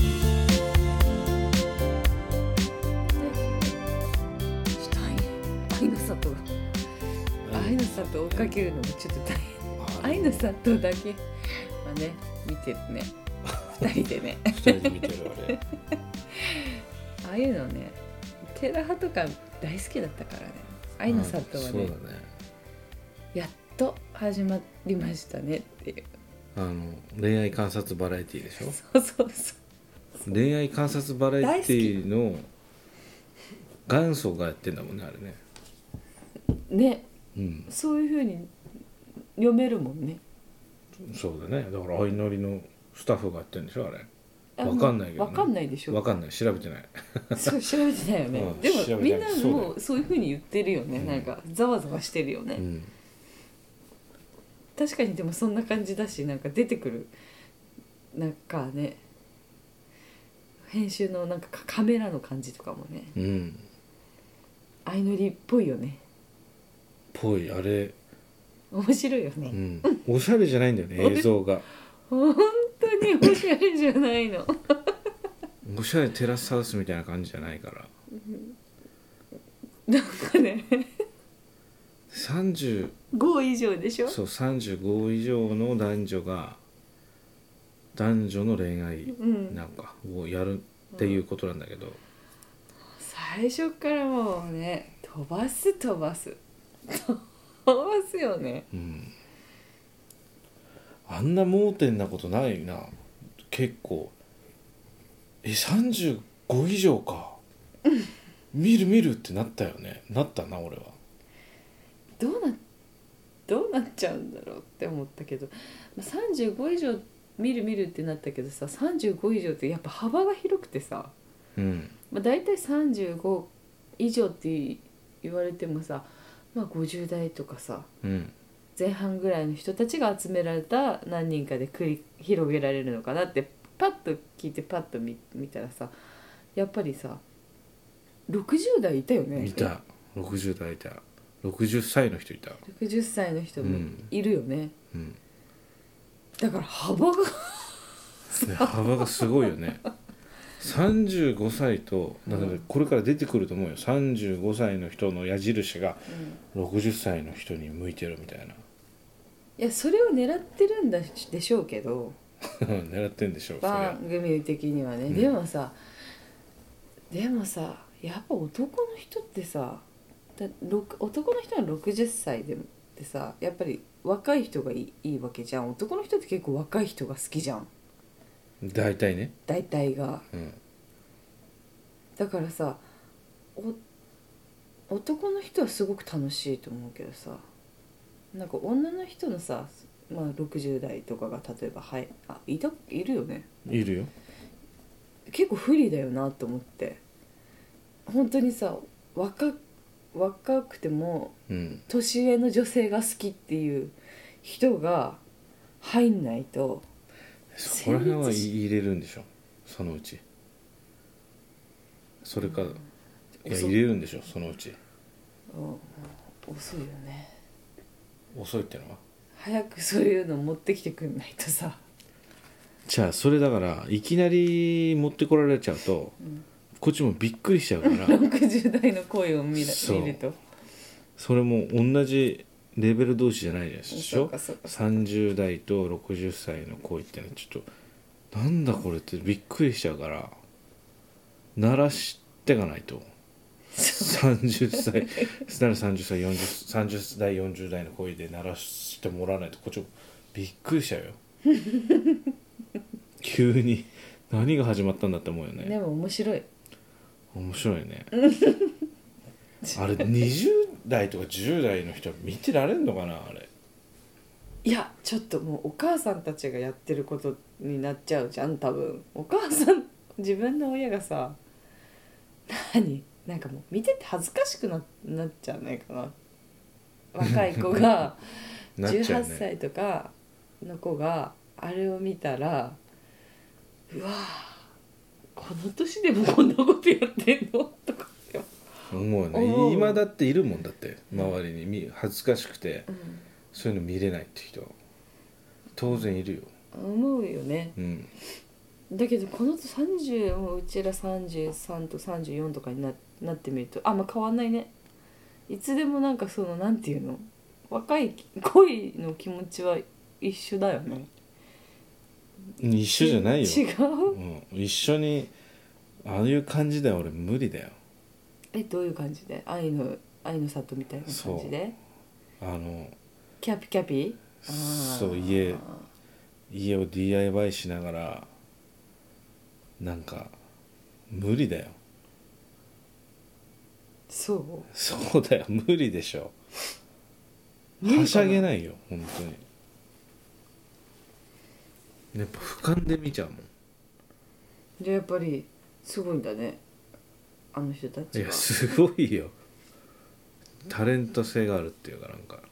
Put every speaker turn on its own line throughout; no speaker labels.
砂糖をかけるのもちょっと大変愛の砂糖だけはね見てる ね二人でね
二人で見てるあれ
ああいうのねテラハとか大好きだったからね愛の砂糖は
そう
ね
だね
やっと始まりましたねっていう
あの恋愛観察バラエティーでしょ
そうそうそう
恋愛観察バラエティーの元祖がやってんだもんねあれね
ね
うん
そういうふうに読めるもんね
そうだねだから相乗りのスタッフがやってんでしょあれわかんないけどね
わかんないでしょ
わかんない調べてない
そう調べてないよね、
うん
で
調べてな
も
い
みんな
そうだ
も
よ
うそういうふうに言ってるよね、
うん
なんかざわざわしてるよね、
うん
確かにでもそんな感じだしなんか出てくるなんかね編集のなんかカカメラの感じとかもね
うん
相乗りっぽいよね
ぽいあれ
面白いよ
う
ね、
んおしゃれじゃないんだよね映像が
本当に面白いじゃないの
おしゃれテラスハウスみたいな感じじゃないから
なんかね
30
5以上でしょ
そう35以上の男女が男女の恋愛
うん
なんかをやるっていうことなんだけど、
最初からもうね飛ばす飛ばす飛ばすよね
うんあんな盲点なことないな結構え35以上か見る見るってなったよねなったな俺は
どうなどうなっちゃうんだろうって思ったけどまあ35以上見る見るってなったけどさ35以上ってやっぱ幅が広くてさ、
うん
まあ、大体35以上って言われてもさ、まあ、50代とかさ
うん
前半ぐらいの人たちが集められた何人かで繰り広げられるのかなってパッと聞いてパッと見見たらさやっぱりさ60代いたよね
いた60代いた60歳の人いた
60歳の人もいるよね、
うん
だから幅が
で幅がすごいよね35歳とだからこれから出てくると思うよ35歳の人の矢印が60歳の人に向いてるみたいな
い やそれを狙ってるんだしでしょうけど
狙ってんでしょうそりゃ
番組的にはね、
うん
でもさでもさやっぱ男の人ってさだろく男の人は60歳でもってさやっぱり若い人がいいいいわけじゃん男の人って結構若い人が好きじゃん
大体ね
大体が
うん
だからさお男の人はすごく楽しいと思うけどさなんか女の人のさ、まあ、60代とかが例えばはいあいたいるよね
いるよ
結構不利だよなと思って本当にさ若若くても
うん
年上の女性が好きっていう人が入んないと
そこら辺は入れるんでしょそのうちそれか、いや
遅
入れるんでしょそのうち
うん遅いよね
遅いってのは
早くそういうの持ってきてくんないとさ、
じゃあそれだからいきなり持ってこられちゃうと
うん、
こっちもびっくりしちゃ うから
60代の恋を見る
そう
見ると
それも同じレベル同士じゃないでし
そう
ょ
かそうか
30代と60歳の恋ってのはちょっとなんだこれってびっくりしちゃうから鳴らしてかないと30歳なら30歳40 30代40代の恋で鳴らしてもらわないとこっちもびっくりしちゃうよ急に何が始まったんだって思うよね
でも面白い
面白 いねあれ20代とか10代の人は見てられんのかなあれ
いやちょっともうお母さんたちがやってることになっちゃうじゃん多分お母さん自分の親がさ何なんかもう見てて恥ずかしくななっちゃわないかな若い子が
なっちゃう
18
ね
歳とかの子があれを見たらうわぁこの年でもこんなことやってんのとかって
思う
思
ね
う
今だっているもんだって周りにみ恥ずかしくて
うん
そういうの見れないって人当然いるよ
思うよね
うん
だけどこの30もううちら33と34とかにななってみるとあんまあ変わんないねいつでもなんかそのなんていうの若い恋の気持ちは一緒だよね
一緒じゃないよ、
違う
うん、一緒にああいう感じでは俺無理だよ
えどういう感じで愛の愛の里みたいな感じで
あの
キャピキャピあー
そう家家を DIY しながらなんか無理だよ
そ
そうだよ無理でしょ
う無理かな
はしゃげないよ本当にやっぱ俯瞰で見ちゃうもん
うじゃあやっぱりすごいんだねあの人たち
いや
は
すごいよタレント性があるっていうかなんか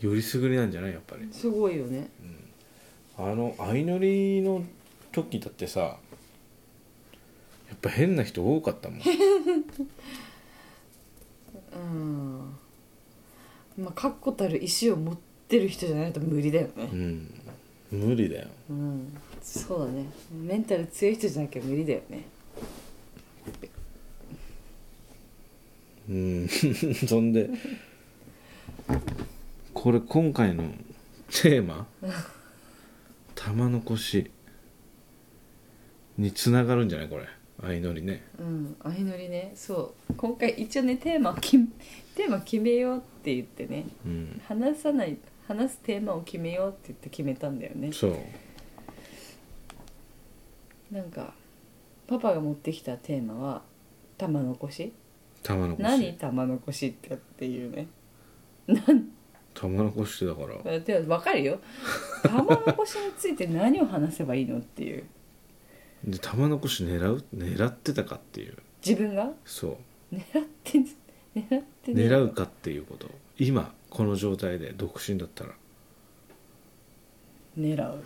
よりすぐりなんじゃないやっぱり
すごいよね
あの相乗りの時だってさやっぱ変な人多かったも ん
うんまあ確固たる石を持ってる人じゃないと無理だよね
うん無理だよ
うんそうだねメンタル強い人じゃなきゃ無理だよね
うん そんでこれ今回のテーマ 「玉の腰」につながるんじゃないこれ相乗りね
うん相乗りねそう今回一応ねテーマをき テーマ決めようって言ってね
うん
話さない話すテーマを決めようって言って決めたんだよね
そう
なんかパパが持ってきたテーマは「玉の腰」
玉の
何
腰
玉の腰ってっていうね
玉の腰ってだから
だって分かるよ玉の腰について何を話せばいいのっていう
で玉の腰狙う狙ってたかっていう
自分が
そう
狙って狙ってね
狙うかっていうこと今この状態で独身だったら
狙う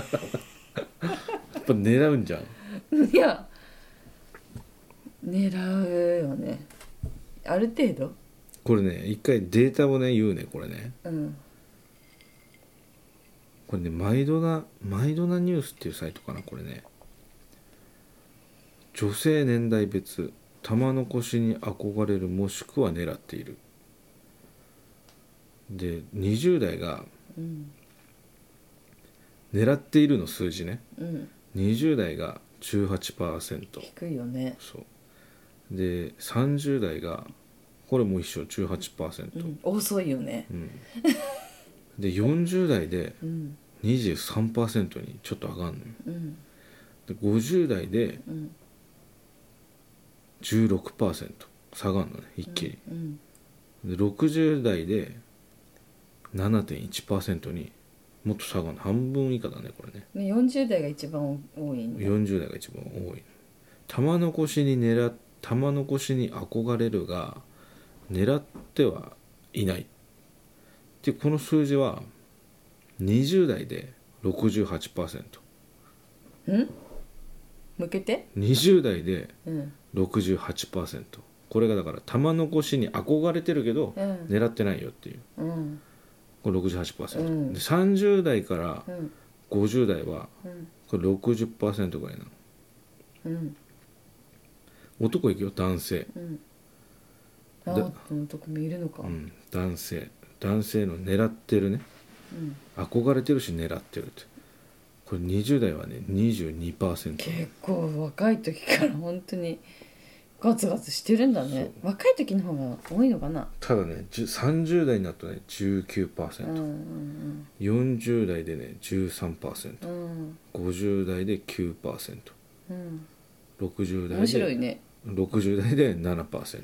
やっぱ狙うんじゃん
いや狙うよねある程度
これね一回データをね言うねこれね
うん
これねマイドナマイドナニュースっていうサイトかなこれね女性年代別玉の腰に憧れるもしくは狙っているで20代が
うん
狙っているの数字ね
うん
20代が18%
低いよね
そうで30代がこれも一緒
う
18%、うん
ん遅いよね
で40代で
うん
23%にちょっと上がんのよ
うん
で50代で
うん
16%下がんのね一気に、
うん
で60代で7.1%にもっと下がるの半分以下だねこれね
ね40代が一番多いんだ
40代が一番多い玉の腰に狙っ玉の腰に憧れるが狙ってはいないでこの数字は20代で 68%20
うん向けて
代で
うん
68%これがだから玉の腰に憧れてるけど
うん
狙ってないよっていう
うん
これ68%、
うん
で30代から
うん
50代は
うん
これ60%ぐらいなの
うん
男いくよ男性
うんあ
だ
のとこもいるのか
うん、男性男性の狙ってるね
うん
憧れてるし狙ってるってこれ20代はね22%
結構若い時から本当にガツガツしてるんだね若い時の方が多いのかな
ただね10 30代になるとね
うん
19%40
うん
代でね
うんうん
13%50 代で9%60
うん
代
面白い
で
ね
60代で7%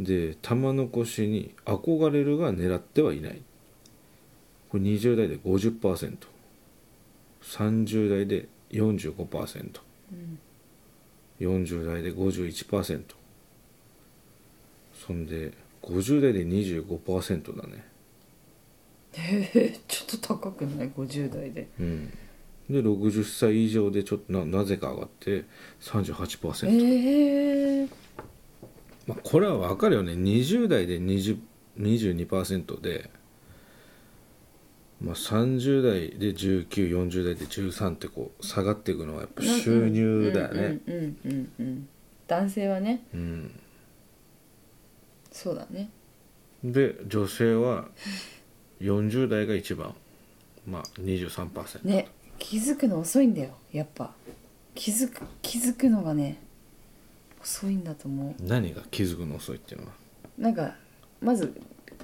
で玉の腰に憧れるが狙ってはいないこれ20代で 50%30 代で 45%40
うん
代で51%そんで50代で25%だね
へえちょっと高くない50代で
うんで60歳以上でちょっとななぜか上がって38%
ええ
まあ、これはわかるよね20代で20 22%で、まあ、30代で1940代で13ってこう下がっていくのはやっぱ収入だよね
うんうんうんうんうん男性はね
うん
そうだね
で女性は40代が一番まあ23%、
ね気づくの遅いんだよやっぱ気づく気づくのがね遅いんだと思
何が気づくの遅いっていうのは
うなんかまず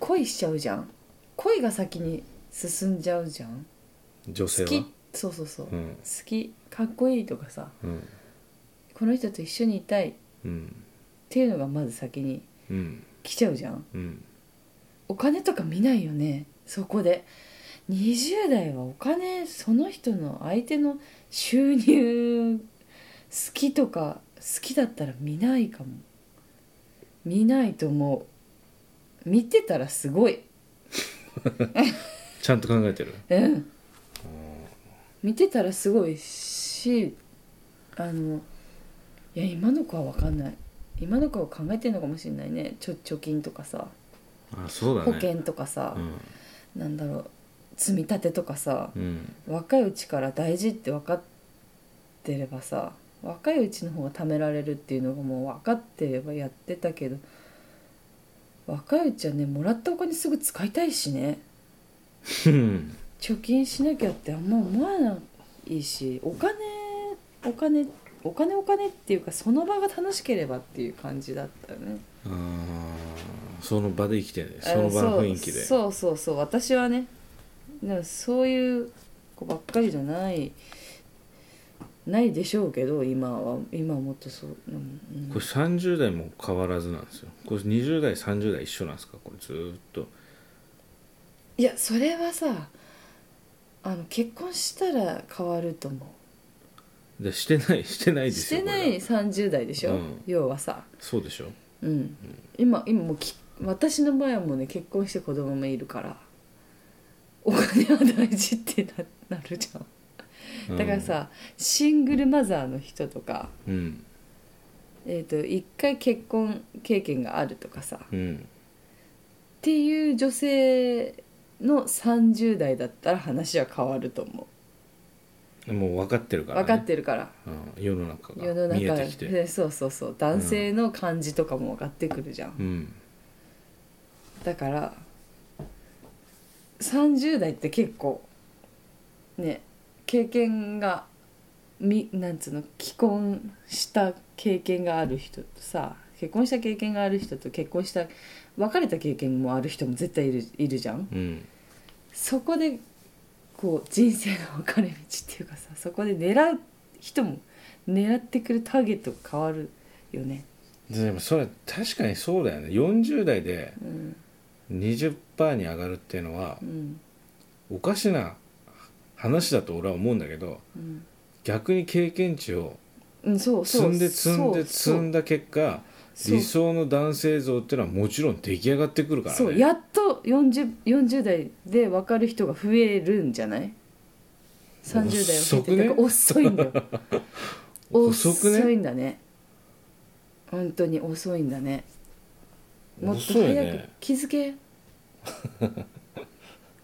恋しちゃうじゃん恋が先に進んじゃうじゃん
女性
好
は
きそうそうそう、
う
好
ん
きかっこいいとかさ
うん
この人と一緒にいたいっ
うん
ていうのがまず先に
うん
来ちゃうじゃん
うん
お金とか見ないよねそこで20代はお金その人の相手の収入好きとか好きだったら見ないかも見ないと思う見てたらすごい
ちゃんと考えてる
うん見てたらすごいしあのいや今の子は分かんない今の子は考えてるのかもしれないねちょ貯金とかさ
あそうだね
保険とかさ、
うん
なんだろう積み立てとかさ
うん
若いうちから大事って分かってればさ若いうちの方が貯められるっていうのがもう分かってればやってたけど若いうちはねもらったお金すぐ使いたいしね
うん
貯金しなきゃってあんま思わないしお金お金お金お金っていうかその場が楽しければっていう感じだったよね
あーその場で生きてねその場の雰囲気で
あそうそうそうそう私はねでもそういう子ばっかりじゃないないでしょうけど今は今はもっとそう、うんうん
これ30代も変わらずなんですよこれ20代30代一緒なんですかこれずーっと
いやそれはさあの結婚したら変わると思
でしてないしてないうで
し
すよ
てな
これ
い30代でしょ、
うん
要はさ、
そうでしょ
うん今今もうき私の場合はもうね結婚して子供もいるからお金は大事ってななるじゃん
うん
だからさ、シングルマザーの人とか、
うん
えー、と1回結婚経験があるとかさっ
うん
ていう女性の30代だったら話は変わると思
もう分かってる
う、
から、ね、
分かってるから
うん、世の中
世の
が
中
見えてきて、
でそうそうそう男性の感じとかも分かってくるじゃん、
うん、
だから30代って結構ね経験がみなんつうの既婚した経験がある人とさ結婚した経験がある人と結婚した別れた経験もある人も絶対いるいるじゃん
うん、
そこでこう人生の分かれ道っていうかさそこで狙う人も狙ってくるターゲットが変わるよね
でもそれ確かにそうだよね40代で
うん
20%に上がるっていうのは
うん
おかしな話だと俺は思うんだけど
うん
逆に経験値を
うんそうそ
積
うん
で積んで積ん
で
だ結果理想の男性像っていうのはもちろん出来上がってくるからね
そうやっと 40, 40代で分かる人が増えるんじゃない30代を経
遅
て
く
だ
ね
から遅いんだよ遅
遅くね
いんだね本当に遅いんだねもっと
遅い
早く
ね
気づけ、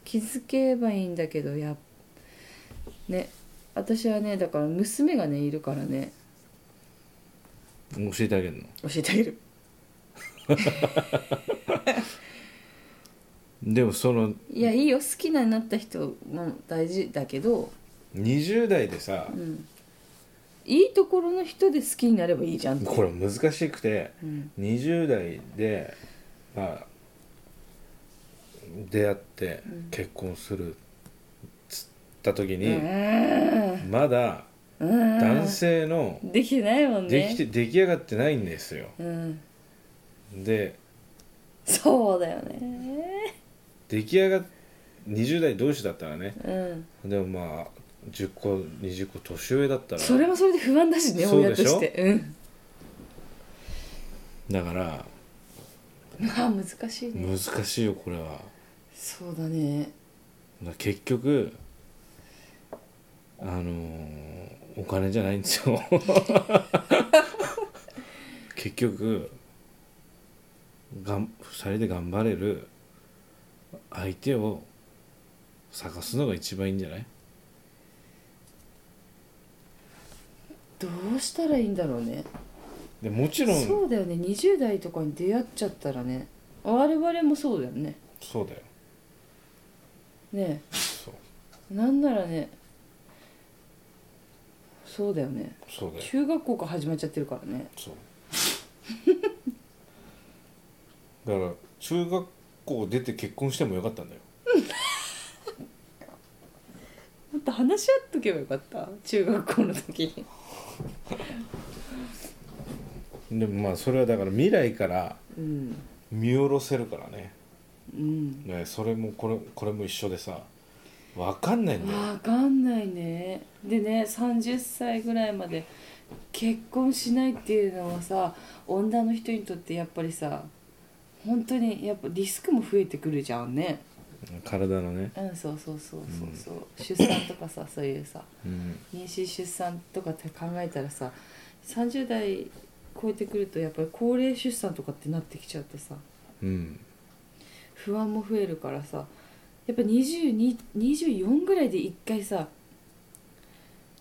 気づけばいいんだけどやっね私はねだから娘がねいるからね
教えてあげるの
教えてあげる
でもその
いやいいよ好きなになった人も大事だけど
20代でさ
うんいいところの人で好きになればいいじゃんって
これ難しくて
うん
20代でまあ出会って
うん
結婚するつった時
う
に、
ん
まだ
うん
男性の
できてないもんね
できて出来上がってないんですよ
うん
で
そうだよね
出来上がっ20代同士だったらね
うん
でもまあ10個20個年上だったら
それもそれで不安だしね
そう
親
で
と
しょ
してうん
だから
まあ難しいね
難しいよこれはだか
そうだね
ら結局あのーお金じゃないんで すよ結局がん2人で頑張れる相手を探すのが一番いいんじゃない
どうしたらいいんだろうね
でもちろん
そうだよね20代とかに出会っちゃったらね我々もそうだよね
そうだよ
ね
そう
えなんならねそうだよね
そうだよ
中学校から始まっちゃってるからね
そう だから中学校出て結婚してもよかったんだよ
もっと話し合っとけばよかった中学校の時に
でもまあそれはだから未来から
うん
見下ろせるからね
うん
ねそれもこれこれも一緒でさわかんないんだよ
わかんないねでね30歳ぐらいまで結婚しないっていうのはさ女の人にとってやっぱりさ本当にやっぱリスクも増えてくるじゃんね
体のね、
うんそうそうそうそうそう、出産とかさそういうさ
うん、
妊娠出産とかって考えたらさ30代超えてくるとやっぱり高齢出産とかってなってきちゃうとさ
うん
不安も増えるからさやっぱ22 24ぐらいで一回さ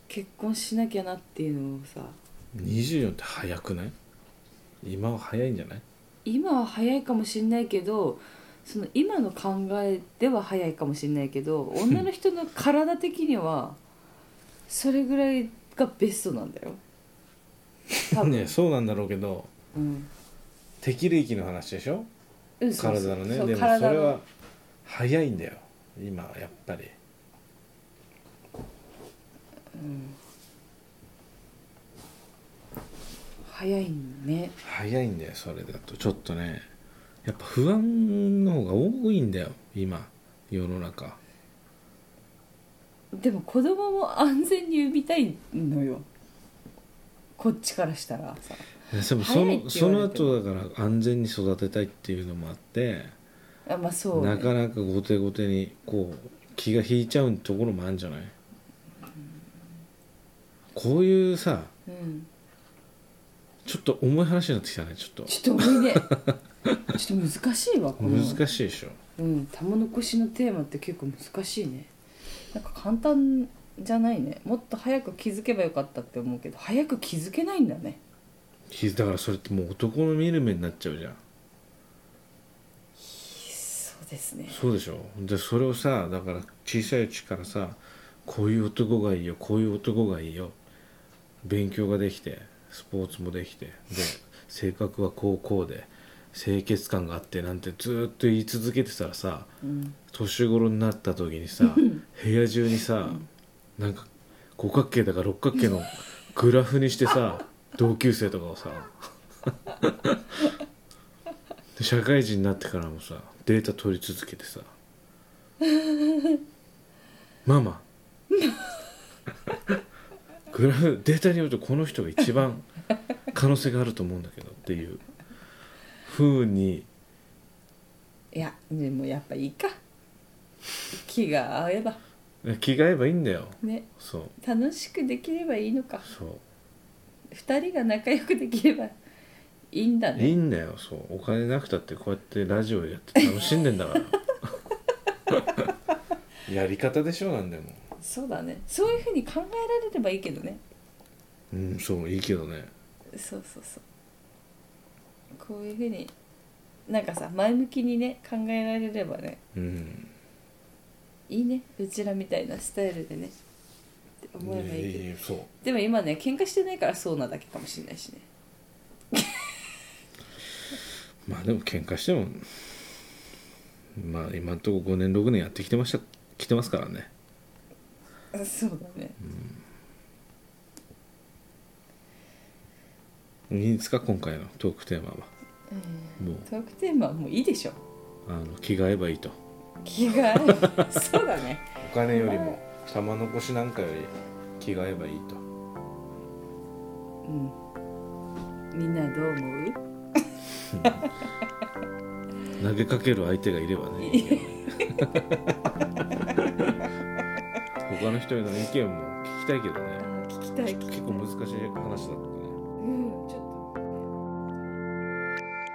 結婚しなきゃなっていうのをさ
24って早くない今は早いんじゃない
今は早いかもしんないけどその今の考えでは早いかもしんないけど女の人の体的にはそれぐらいがベストなんだよ多分、
ねそうなんだろうけど
うん、
適齢期の話でしょ
うんそうそう
体のね
そう
でもそ
体
れ
の
は早いんだよ今はやっぱり
早いね
早いんだよそれだとちょっとねやっぱ不安の方が多いんだよ今世の中
でも子供も安全に産みたいのよこっちからしたらさ
でもそ
早いって言われて
の
も
その後だから安全に育てたいっていうのもあって、
あまあそう、ね、
なかなか後手後手にこう気が引いちゃうところもあるんじゃない、こういうさ
うん、
ちょっと重い話になってきたねちょっと
ちょっと重いねちょっと難しいわこの
難しいでしょ
うん、玉残しのテーマって結構難しいねなんか簡単じゃないねもっと早く気づけばよかったって思うけど早く気づけないんだね
ひだからそれってもう男の見る目になっちゃうじゃん
そうですね
そうでしょでそれをさだから小さいうちからさこういう男がいいよこういう男がいいよ勉強ができてスポーツもできてで性格はこうこうで清潔感があってなんてずーっと言い続けてたらさ
うん
年頃になった時にさ部屋中にさなんか五角形だか六角形のグラフにしてさ同級生とかをさで社会人になってからもさデータ取り続けてさ「ママグラフデータによるとこの人が一番可能性があると思うんだけど」っていうふうに
いやでもやっぱいいか気が合えば
着替えばいいんだよ
ね
そう
楽しくできればいいのか
そう
2人が仲良くできればいいんだ
いい
ね
んだよそうお金なくたってこうやってラジオやって楽しんでんだから やり方でしょなんでも
そうだねそういうふうに考えられればいいけどね
うんそういいけどね
そうそうそうこういうふうになんかさ前向きにね考えられればね
うん
いいねうちらみたいなスタイルでねって思えばいいけど
いいそう
でも今ね喧嘩してないからそうなだけかもしれないしね
まあでも喧嘩してもまあ今んとこ5年6年やってきてました来てますからね
あそうだね
いいんですか今回のトークテーマはもう
トークテーマはもういいでしょ
あの着替えばいいと
気が 合うそうだね
お金よりも玉残しなんかより着替えばいいと
うんみんなどう思う
投げかける相手がいればねいいけどね他の人への意見も聞きたいけどね
聞きたい聞きたい
結構難しい話だった